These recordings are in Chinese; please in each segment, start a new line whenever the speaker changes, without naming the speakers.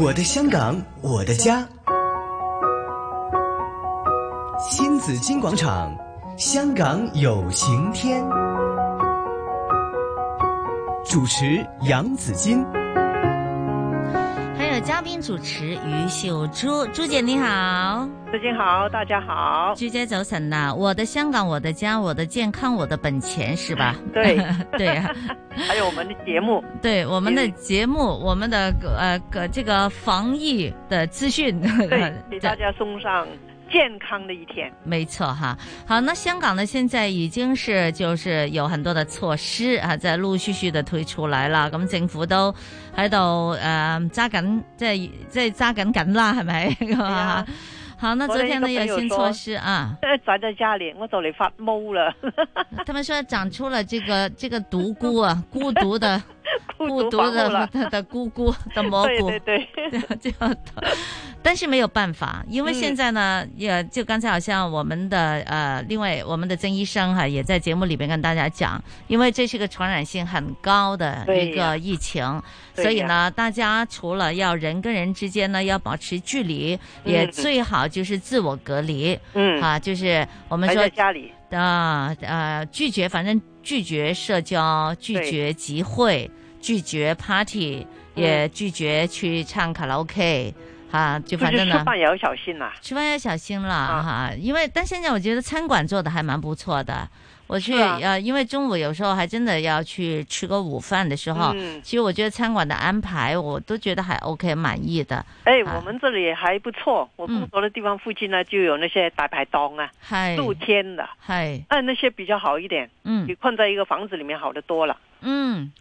我的香港，我的家。新紫金广场，香港有晴天。主持杨紫金，
还有嘉宾主持于秀珠，朱姐你好，
最近好，大家好。
朱姐早晨呐！我的香港，我的家，我的健康，我的本钱是 吧？
对
对啊，
还有我们的 节目，
对我们的节目，我们的呃个这个防疫的资讯，
对， 给大家送上健康的一天。
没错哈，好，那香港呢，现在已经是就是有很多的措施啊，在陸陸續續地推出嚟啦。咁政府都喺度誒揸緊，即係即係揸緊緊啦，係咪？
啊
好，那
我
昨
的一
天
個
呢
朋
有
友
新
說
措施啊，
现在呃宅在家里，我就嚟发毛 啦，
他们说长出了这个这个独孤 啊，孤独的孤
孤独
独
发
的
毛了。
的的姑姑的蘑
对
菇。
对 对，
啊就但是没有办法，因为
嗯
现在呢，也就刚才好像我们的呃，另外我们的曾医生哈、也在节目里边跟大家讲，因为这是个传染性很高的
对
一
呀
个疫情，
对
所以
呀
呢，大家除了要人跟人之间呢要保持距离，
嗯
也最好就是自我隔离、
嗯，
啊，就是我们
宅
说
在家里，
啊呃拒绝，反正拒绝社交，拒
对
绝集会，拒绝 party，
嗯
也拒绝去唱卡拉 OK，啊，就
就
反
是
正
吃
呢。
饭也要小心呐。
吃饭要小心了
啊
哈、因为但现在我觉得餐馆做的还蛮不错的。我去、
是啊
呃，因为中午有时候还真的要去吃个午饭的时候，
嗯
其实我觉得餐馆的安排我都觉得还 OK 满意的。
哎，
啊
我们这里还不错，我工作的地方附近呢就有那些大排档啊，
嗨
露天的，
嗨，
哎，那些比较好一点，
嗯
比困在一个房子里面好得多了。
嗯，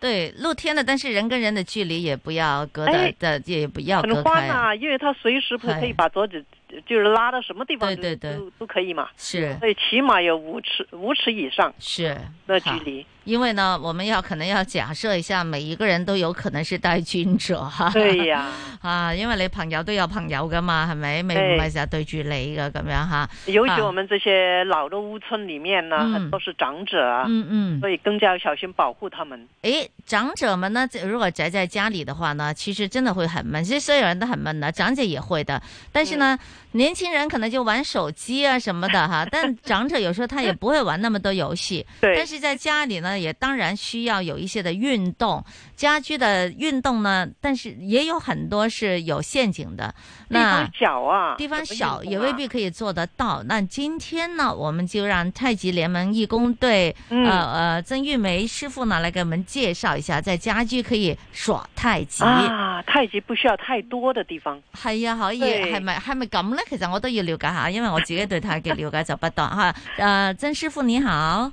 对，露天的，但是人跟人的距离也不要隔的
哎
的，也不要隔
很欢
哦
啊
开。啊
呐、因为他随时不可以
哎
把桌子就是拉到什么地方
对对对
都都都可以嘛，
是
所以起码有五尺五尺以上
是，
的距
好
离。
因为呢，我们要可能要假设一下，每一个人都有可能是带菌者哈。
对呀、
啊，因為你朋友都有朋友噶嘛，係咪？咪
對
唔係成日對住你噶咁樣吓。
尤其
啊
我们这些老的屋村里面呢，
嗯
很多是长者啊，
嗯嗯，
所以更加要小心保护他们。
诶，長者們呢，如果宅在家裡的話呢，其實真的會很悶。其實所有人都很悶的，長者也會的。但是
嗯
呢，年輕人可能就玩手機啊什麼的哈， 但長者有時候他也不會玩那麼多遊戲。
对
但，是在家里呢，也当然需要有一些的运动，家居的运动呢，但是也有很多是有陷阱的。
地
那
方小啊，
地方
怎么
小
运动
也未
啊
必可以做得到。那今天呢，我们就让太极联盟义工队，
嗯
呃呃，曾玉梅师傅呢来给我们介绍一下，在家居可以耍太极，
啊，太极不需要太多的地方。
系啊，可以
對
系咪系咪咁呢？其实我都要了解下，因为我自己对太极了解就不多哈。呃，曾师傅你好，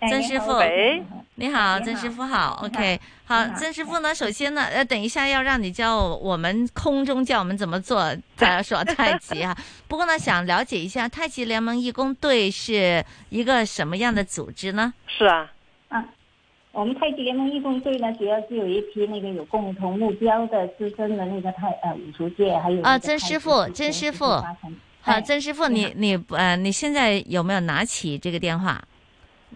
哎
曾师傅。
喂，
你好，
你
曾
好
师傅好
你好
，OK，好
你，好
曾师傅呢，首先呢，呃，等一下要让你教我们空中教我们怎么做，呃，说太极啊。不过呢，想了解一下太极联盟义工队是一个什么样的组织呢？
是啊，
我们太极联盟义工队呢，主要是有一批那个有共同目标的资深的那个太呃武术界，还有
啊
那个
曾
太
师
极
傅
之
曾
间
师
自己
傅
发展
好，
哎
曾师傅，
你
你你呃，你现在有没有拿起这个电话？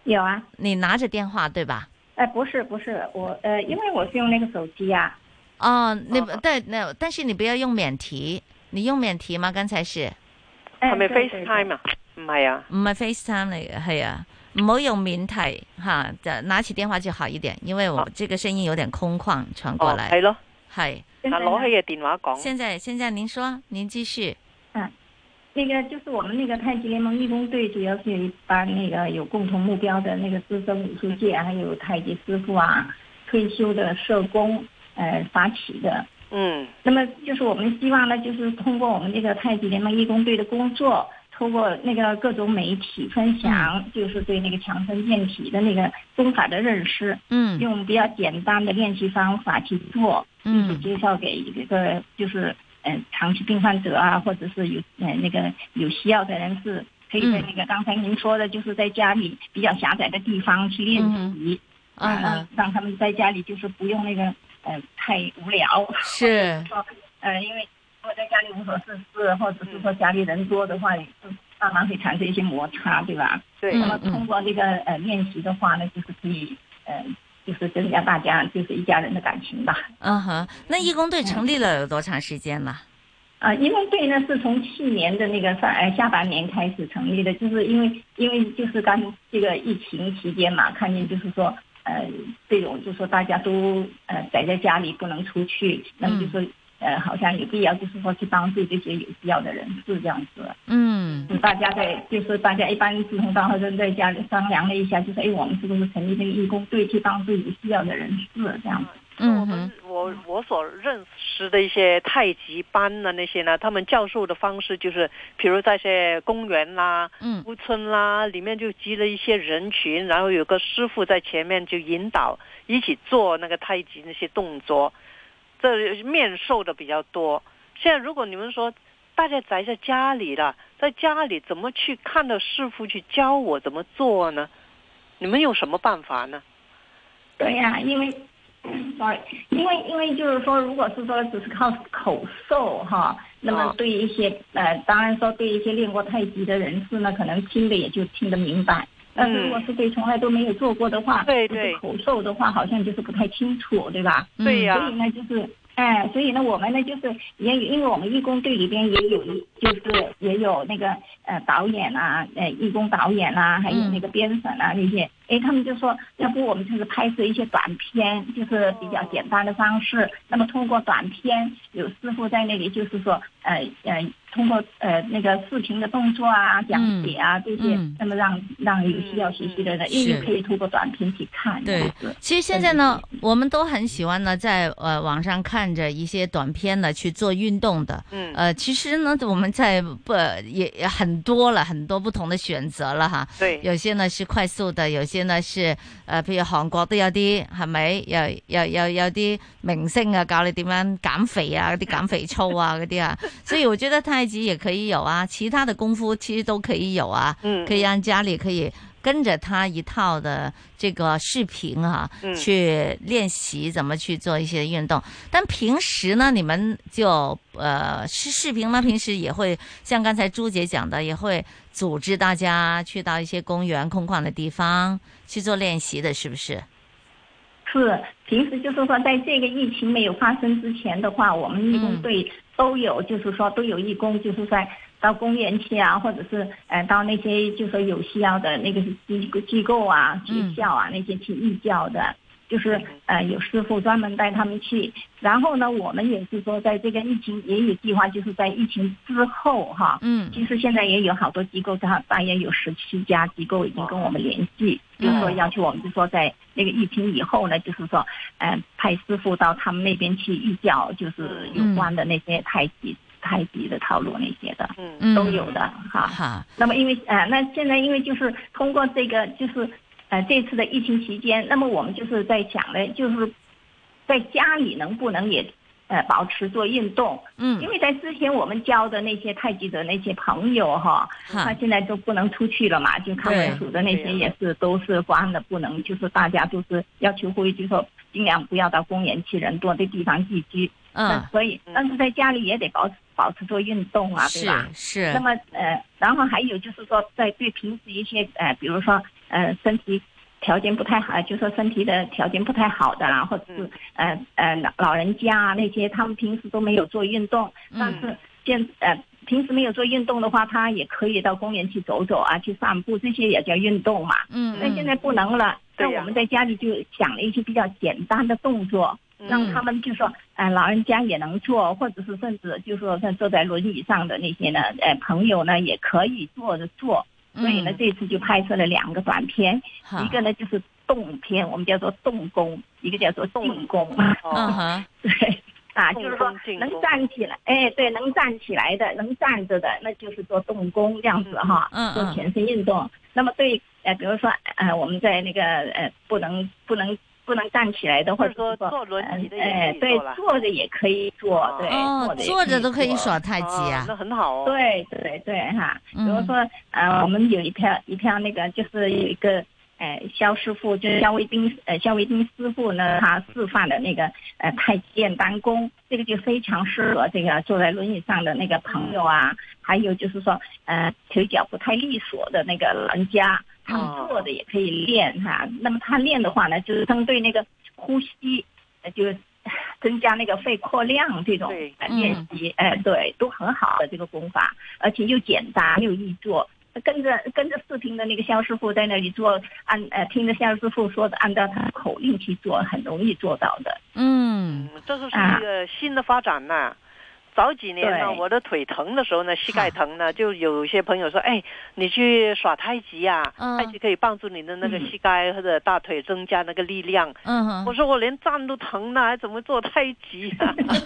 有啊，
你拿着电话对吧？
哎、不是不是，我呃，因为我是用那个手机啊，
哦，那
哦
对，那但是你不要用免提，你用免提吗？刚才是
哎
系咪
对对对
FaceTime 啊？唔系啊，
唔係 FaceTime 嚟嘅，係啊，唔好用免提吓，就拿起電話就好一點，因為我
哦
這個聲音有點空曠傳過
哦，
來。
系咯，
係，
现
啊，
在呢
攞起嘅电话讲，
現在現在您說，您繼續。
那个就是我们那个太极联盟义工队，主要是有一帮那个有共同目标的那个资深武术界，还有太极师傅啊，退休的社工，呃，发起的。
嗯，
那么就是我们希望呢，就是通过我们这个太极联盟义工队的工作，通过那个各种媒体分
嗯
享，就是对那个强身健体的那个功法的认识，
嗯
用比较简单的练习方法去做，并且
嗯
介绍给一个就是嗯、呃长期病患者啊，或者是有嗯、呃那个有需要的人士，可以在
嗯
那个刚才您说的，就是在家里比较狭窄的地方去练习。
嗯
啊，
啊
让，让他们在家里就是不用那个呃太无聊，
是
说，呃，因为如果在家里无所事事，或者是说家里人多的话，也就慢慢会产生一些摩擦，对吧？
对，
那么
嗯
通过这个呃练习的话呢，就是可以呃就是增加大家就是一家人的感情吧。
嗯哼，那义工队成立了有多长时间了？
啊，义工队呢是从去年的那个上呃下半年开始成立的，就是因为因为就是刚这个疫情期间嘛，看见就是说呃这种就是说大家都呃宅在家里不能出去，那么就说呃好像有必要就是说去帮助这些有必要的人士这样子。
嗯
嗯，大家在就是大家一般志同道合的在家里商量了一下，就是哎我们是不是成立那个义工队去帮助有需要的人士这样子。
我
嗯
们
哼，
我我所认识的一些太极班啊那些呢，他们教授的方式就是，比如在一些公园啦、
嗯
屋村啦，里面就集了一些人群，然后有个师傅在前面就引导，一起做那个太极那些动作，这面授的比较多。现在如果你们说大家宅在家里了，在家里怎么去看到师傅去教我怎么做呢？你们有什么办法呢？
对呀、因为 sorry，因为因为就是说，如果是说只是靠口授哈，那么
哦
对一些、呃，当然说对一些练过太极的人士呢，可能听的也就听得明白。但是如果是对从来都没有做过的话，
嗯对
就是
对
口授的话，好像就是不太清楚，对吧？
嗯
对呀、
所以呢，就是。哎，所以呢，我们呢就是也有，因为我们义工队里边也有一，就是也有那个呃导演啊，呃义工导演啊，还有
嗯
那个编审啊那些，哎，他们就说，要不我们就是拍摄一些短片，就是比较简单的方式。那么通过短片，有师傅在那里，就是说，呃呃，通过呃那个视频的动作啊、讲解啊这些
嗯，
那么让让有需要学习的人，也
是
可以通过短片去看。
对
这样子
其实现在呢，
嗯
我们都很喜欢呢，在呃网上看着一些短片呢去做运动的。
嗯。
呃，其实呢，我们在不也也很多了，很多不同的选择了哈。
对，
呃有些呢是快速嘅，有些呢是诶，譬如韓國都有啲係咪？有有有有啲明星啊，教你點樣減肥啊，嗰啲減肥操啊，嗰啲啊。所以我覺得太極也可以有啊，其他的功夫其實都可以有啊，
嗯，
可以讓家里可以跟着他一套的这個視頻啊，
嗯
去練習怎麼去做一些運動。但平時呢，你們就呃是视频吗？平時也會像剛才朱姐講的，也會組織大家去到一些公園空曠的地方去做練習的，是不是？
是，平时就是说，在这个疫情没有发生之前的话，我们义工队都有，就是说都有义工，就是在到公园去啊，或者是呃到那些就是说有需要的那个机机构啊、学
嗯
校啊那些去义教的。就是呃，有师傅专门带他们去，然后呢，我们也是说，在这个疫情也有计划，就是在疫情之后哈，
嗯
其实现在也有好多机构，它大约有十七家机构已经跟我们联系，
嗯
就是说要求我们就说在那个疫情以后呢，就是说，呃，派师傅到他们那边去义教，就是有关的那些太极、太极的套路那些的
嗯
嗯，
都有啊的哈。
哈，
那么因为呃，那现在因为就是通过这个就是呃这次的疫情期间，那么我们就是在想呢，就是在家里能不能也呃保持做运动，
嗯
因，为在之前我们交的那些太极的那些朋友哈，他
哈，
现在都不能出去了嘛，就康
对
文署的那
对
些
呀
也是都是关了，不能就是大家都是要求呼吁，就是说尽量不要到公园去人多的地方聚居。
嗯
那，所以但是在家里也得保持保持做运动啊，对
是
吧？
是
那，么呃，然后还有就是说，在对平时一些呃，比如说呃，身体条件不太好，就说身体的条件不太好的啦，或者是呃
嗯
呃老老人家啊那些，他们平时都没有做运动，但
嗯
是现呃平时没有做运动的话，他也可以到公园去走走啊，去散步，这些也叫运动嘛。
嗯，
那
嗯
现在不能了，那
对呀
我们在家里就想了一些比较简单的动作，
嗯
让他们就说，呃，老人家也能做，或者是甚至就说像坐在轮椅上的那些呢，呃，朋友呢也可以坐着做。
嗯
所以呢，这次就拍摄了两个短片，
好
一个呢就是动片，我们叫做动功，一个叫做静功。
嗯
哦，
哼，
对，啊，
动
就是说
功静
能
功
站起来，哎，对，能站起来的，能站着的，那就是做动功这样子哈，
嗯嗯
做全身运动。那么对，呃，比如说，呃，我们在那个呃，不能不能不能站起来的，
或
或
者
者
说
是说
坐轮椅的
哎
也，可以
对
做，了，
坐着也可以做，对，
哦，坐
坐
着
着
都可以
耍。
耍太极
哦
啊，
那很好哦。，
对对对哈，比如
嗯
说呃，我们有一票一票那个就是有一个呃肖师傅，就是肖卫兵呃肖卫兵师傅呢，他示范的那个呃太极炼丹功，这个就非常适合这个坐在轮椅上的那个朋友啊，还有就是说呃腿脚不太利索的那个老人家。他们坐着也可以练哈、那么他练的话呢，就是针对那个呼吸，呃就是增加那个肺扩量这种
对
呃
嗯
练习，哎、对，都很好的这个功法，而且又简单又易做。跟着跟着视频的那个肖师傅在那里做，按呃听着肖师傅说的，按照他的口令去做，很容易做到的。
嗯，
这就是一个新的发展呐、早几年呢，
啊对啊
我的腿疼的时候呢，膝盖疼呢，就有一些朋友说：“哎，你去耍太极呀、
嗯
太极可以帮助你的那个
嗯
膝盖或者大腿增加那个力量。
嗯哼
我说：“我连站都疼呢，还怎么做太极啊 呀、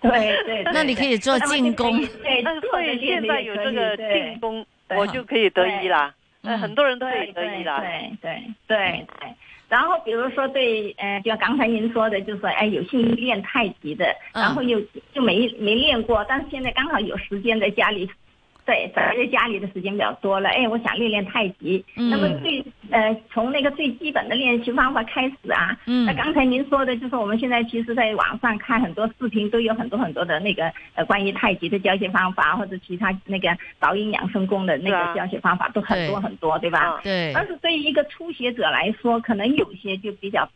对对对
那你可以做进攻
对，
但是
坐
所
着
以
练
现
的
在
也
有
可
这
以
个
对
进攻，
对
我就可以得医啦。
对
呃，很多人都可以
对
得
对
医啦。
对对对对。然后比如说对，呃，就刚才您说的，就是说，哎，有兴趣练太极的，
嗯
然后又就没没练过，但是现在刚好有时间在家里，对，反而在家里的时间比较多了，哎，我想练练太极。
嗯
那么最呃，从那个最基本的练习方法开始啊，
嗯
那刚才您说的，就是我们现在其实在网上看很多视频，都有很多很多的那个呃关于太极的教学方法，或者其他那个导引养生功的那
是啊
个教学方法，都很多
对
很多，对吧？
啊，
对
但是对于一个初学者来说，可能有些就比较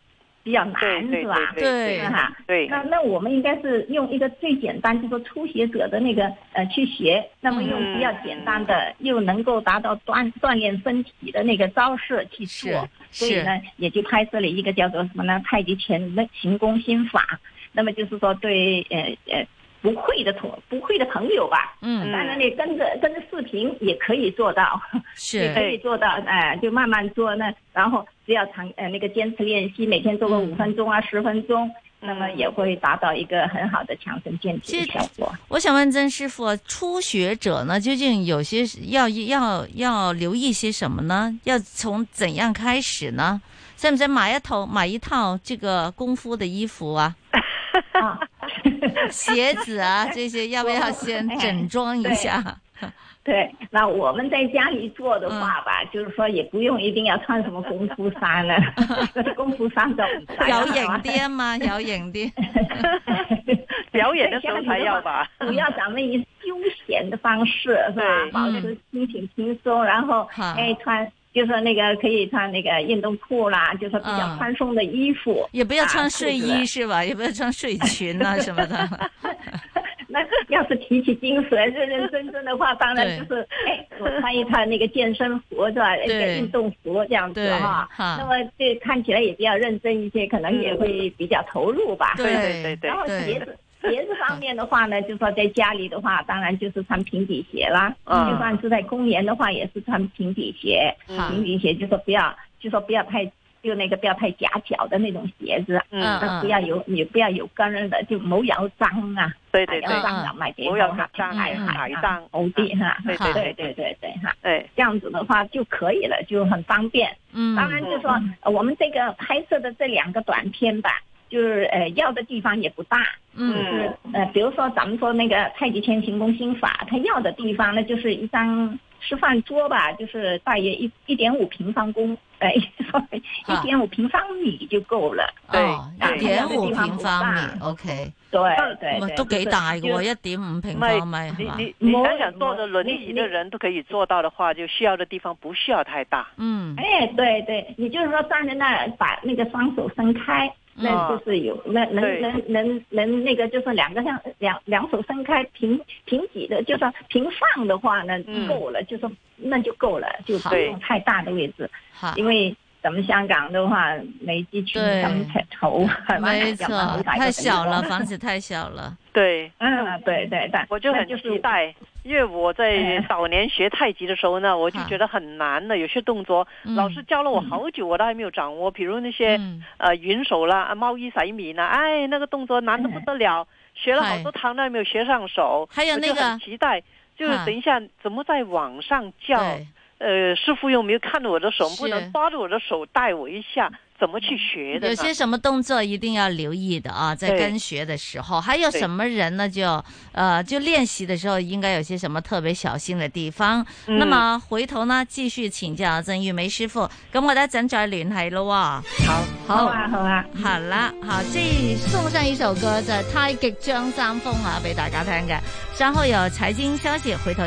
比较难，
对对
是吧？
对
对
是哈。
对
啊
嗯
那那我们应该是用一个最简单，就是说初学者的那个呃去学，那么用
嗯
比较简单的，又能够达到锻锻炼身体的那个招式去做。
是
所以呢，也就拍摄了一个叫做什么呢？太极拳的行功心法。那么就是说对呃呃不会的同不会的朋友吧，
嗯
当然你跟着跟着视频也可以做到。也可
是，
以做到，哎、就慢慢做那，然后只要长呃那个坚持练习，每天做个五分钟啊、十分钟，那么也会达到一个很好的强身健体的效果。
我想问曾师傅，初学者呢，究竟有些要要要留意些什么呢？要从怎样开始呢？使唔使买一套买一套这个功夫的衣服啊、
啊，
鞋子啊这些，要不要先整装一下？
对，那我们在家里做的话吧，就是说也不用一定要穿什么功夫衫了，那个功夫衫都很窄
有型啲啊嘛，有型啲。
表演的 时候才要吧。
主要咱们以休闲的方式是吧
对，
保持心情轻松，然后
好
哎穿就说那个可以穿那个运动裤啦，就说比较
嗯
宽松的衣服，
也不要穿
啊裤子
睡衣是吧？也不要穿睡裙啊什么的。
那要是提起精神， 认认真真的话，当然就是哎，我穿一穿那个健身服是吧？一个
对
运动服这样子
对啊
哈。
哈
那么这看起来也比较认真一些，可能也会比较投入吧。
嗯对
对对对
然后
对
鞋子。鞋子方面的话呢，就说在家里的话，当然就是穿平底鞋啦。
啊
嗯
就算是在公园的话，也是穿平底鞋。
好
平底鞋就说不要，就说不要太，就那个不要太夹脚的那种鞋子，
嗯
嗯，
那不要有，也不要有跟儿的，就冇有脏啊。
对
对
对
对，
对
嗯，
上买几
冇有打仗
嗯
係係
打仗
好啲吓，
對
對
对
對
对对对吓，
哎，
这样子的话就可以了，就很方便。
嗯，
当然就说
嗯
呃我们这个拍摄的这两个短片吧，就是呃要的地方也不大，
嗯
就是呃比如说咱们说那个太极拳行功心法，它要的地方呢就是一张。吃饭桌吧，就是大约一一点五平方公，呃， 一点五平方米就够了。
對
哦，一
對
點五
哎有啲地方
平方
好
米
大
，OK，
对
但
对
哇
对，
都幾大嘅
就是
喎，一點五平方
唔
米
係
係嘛？
你你你
冇
想想坐着輪
冇
椅的人都可以做到的话，就需要的地方不需要太大。
嗯
哎，对对，你就是说站在那儿把那个双手伸开，那
嗯
就是有那能
对
能能能那个就是两个像两两手伸开平平举的，就是平放的话呢
嗯
够了，就是那就够了，就不
对
用太大的位置，
好，
因为。咱们香港的话，没地区，
对
咱们才头，很麻
没
烦 要
錯，
忙打一
太
个
小了，
灯
房子太小 了，
对，
嗯，对对对，
我就
那
很
是
期待，因为我在
哎
早年学太极的时候呢，我就觉得很难的，有些动作
啊嗯
老师教了我好久，我都还没有掌握。比如那些
嗯
呃云手啦、啊猫衣甩米啦，哎，那个动作难得不得了，学了好多
哎
堂都还没有学上手。
还有
我
那
就
个
很期待，就是
啊
等一下怎么在网上教，
對
呃，师傅又没有看着我的手，
是
不能抓着我的手带我一下，怎么去学的
有
呢？
些什么动作一定要留意的啊，在
对
跟学的时候，还有什么人呢？就呃，就练习的时候应该有些什么特别小心嘅地方。
嗯
那么回头呢，繼續請教曾玉梅師傅，咁我哋一陣再聯繫咯
好，
喎。
好啊好啊，
好啦，好，即係送上一首歌就係《太極張三豐》啊，俾大家聽嘅。稍後有財經消息，回頭。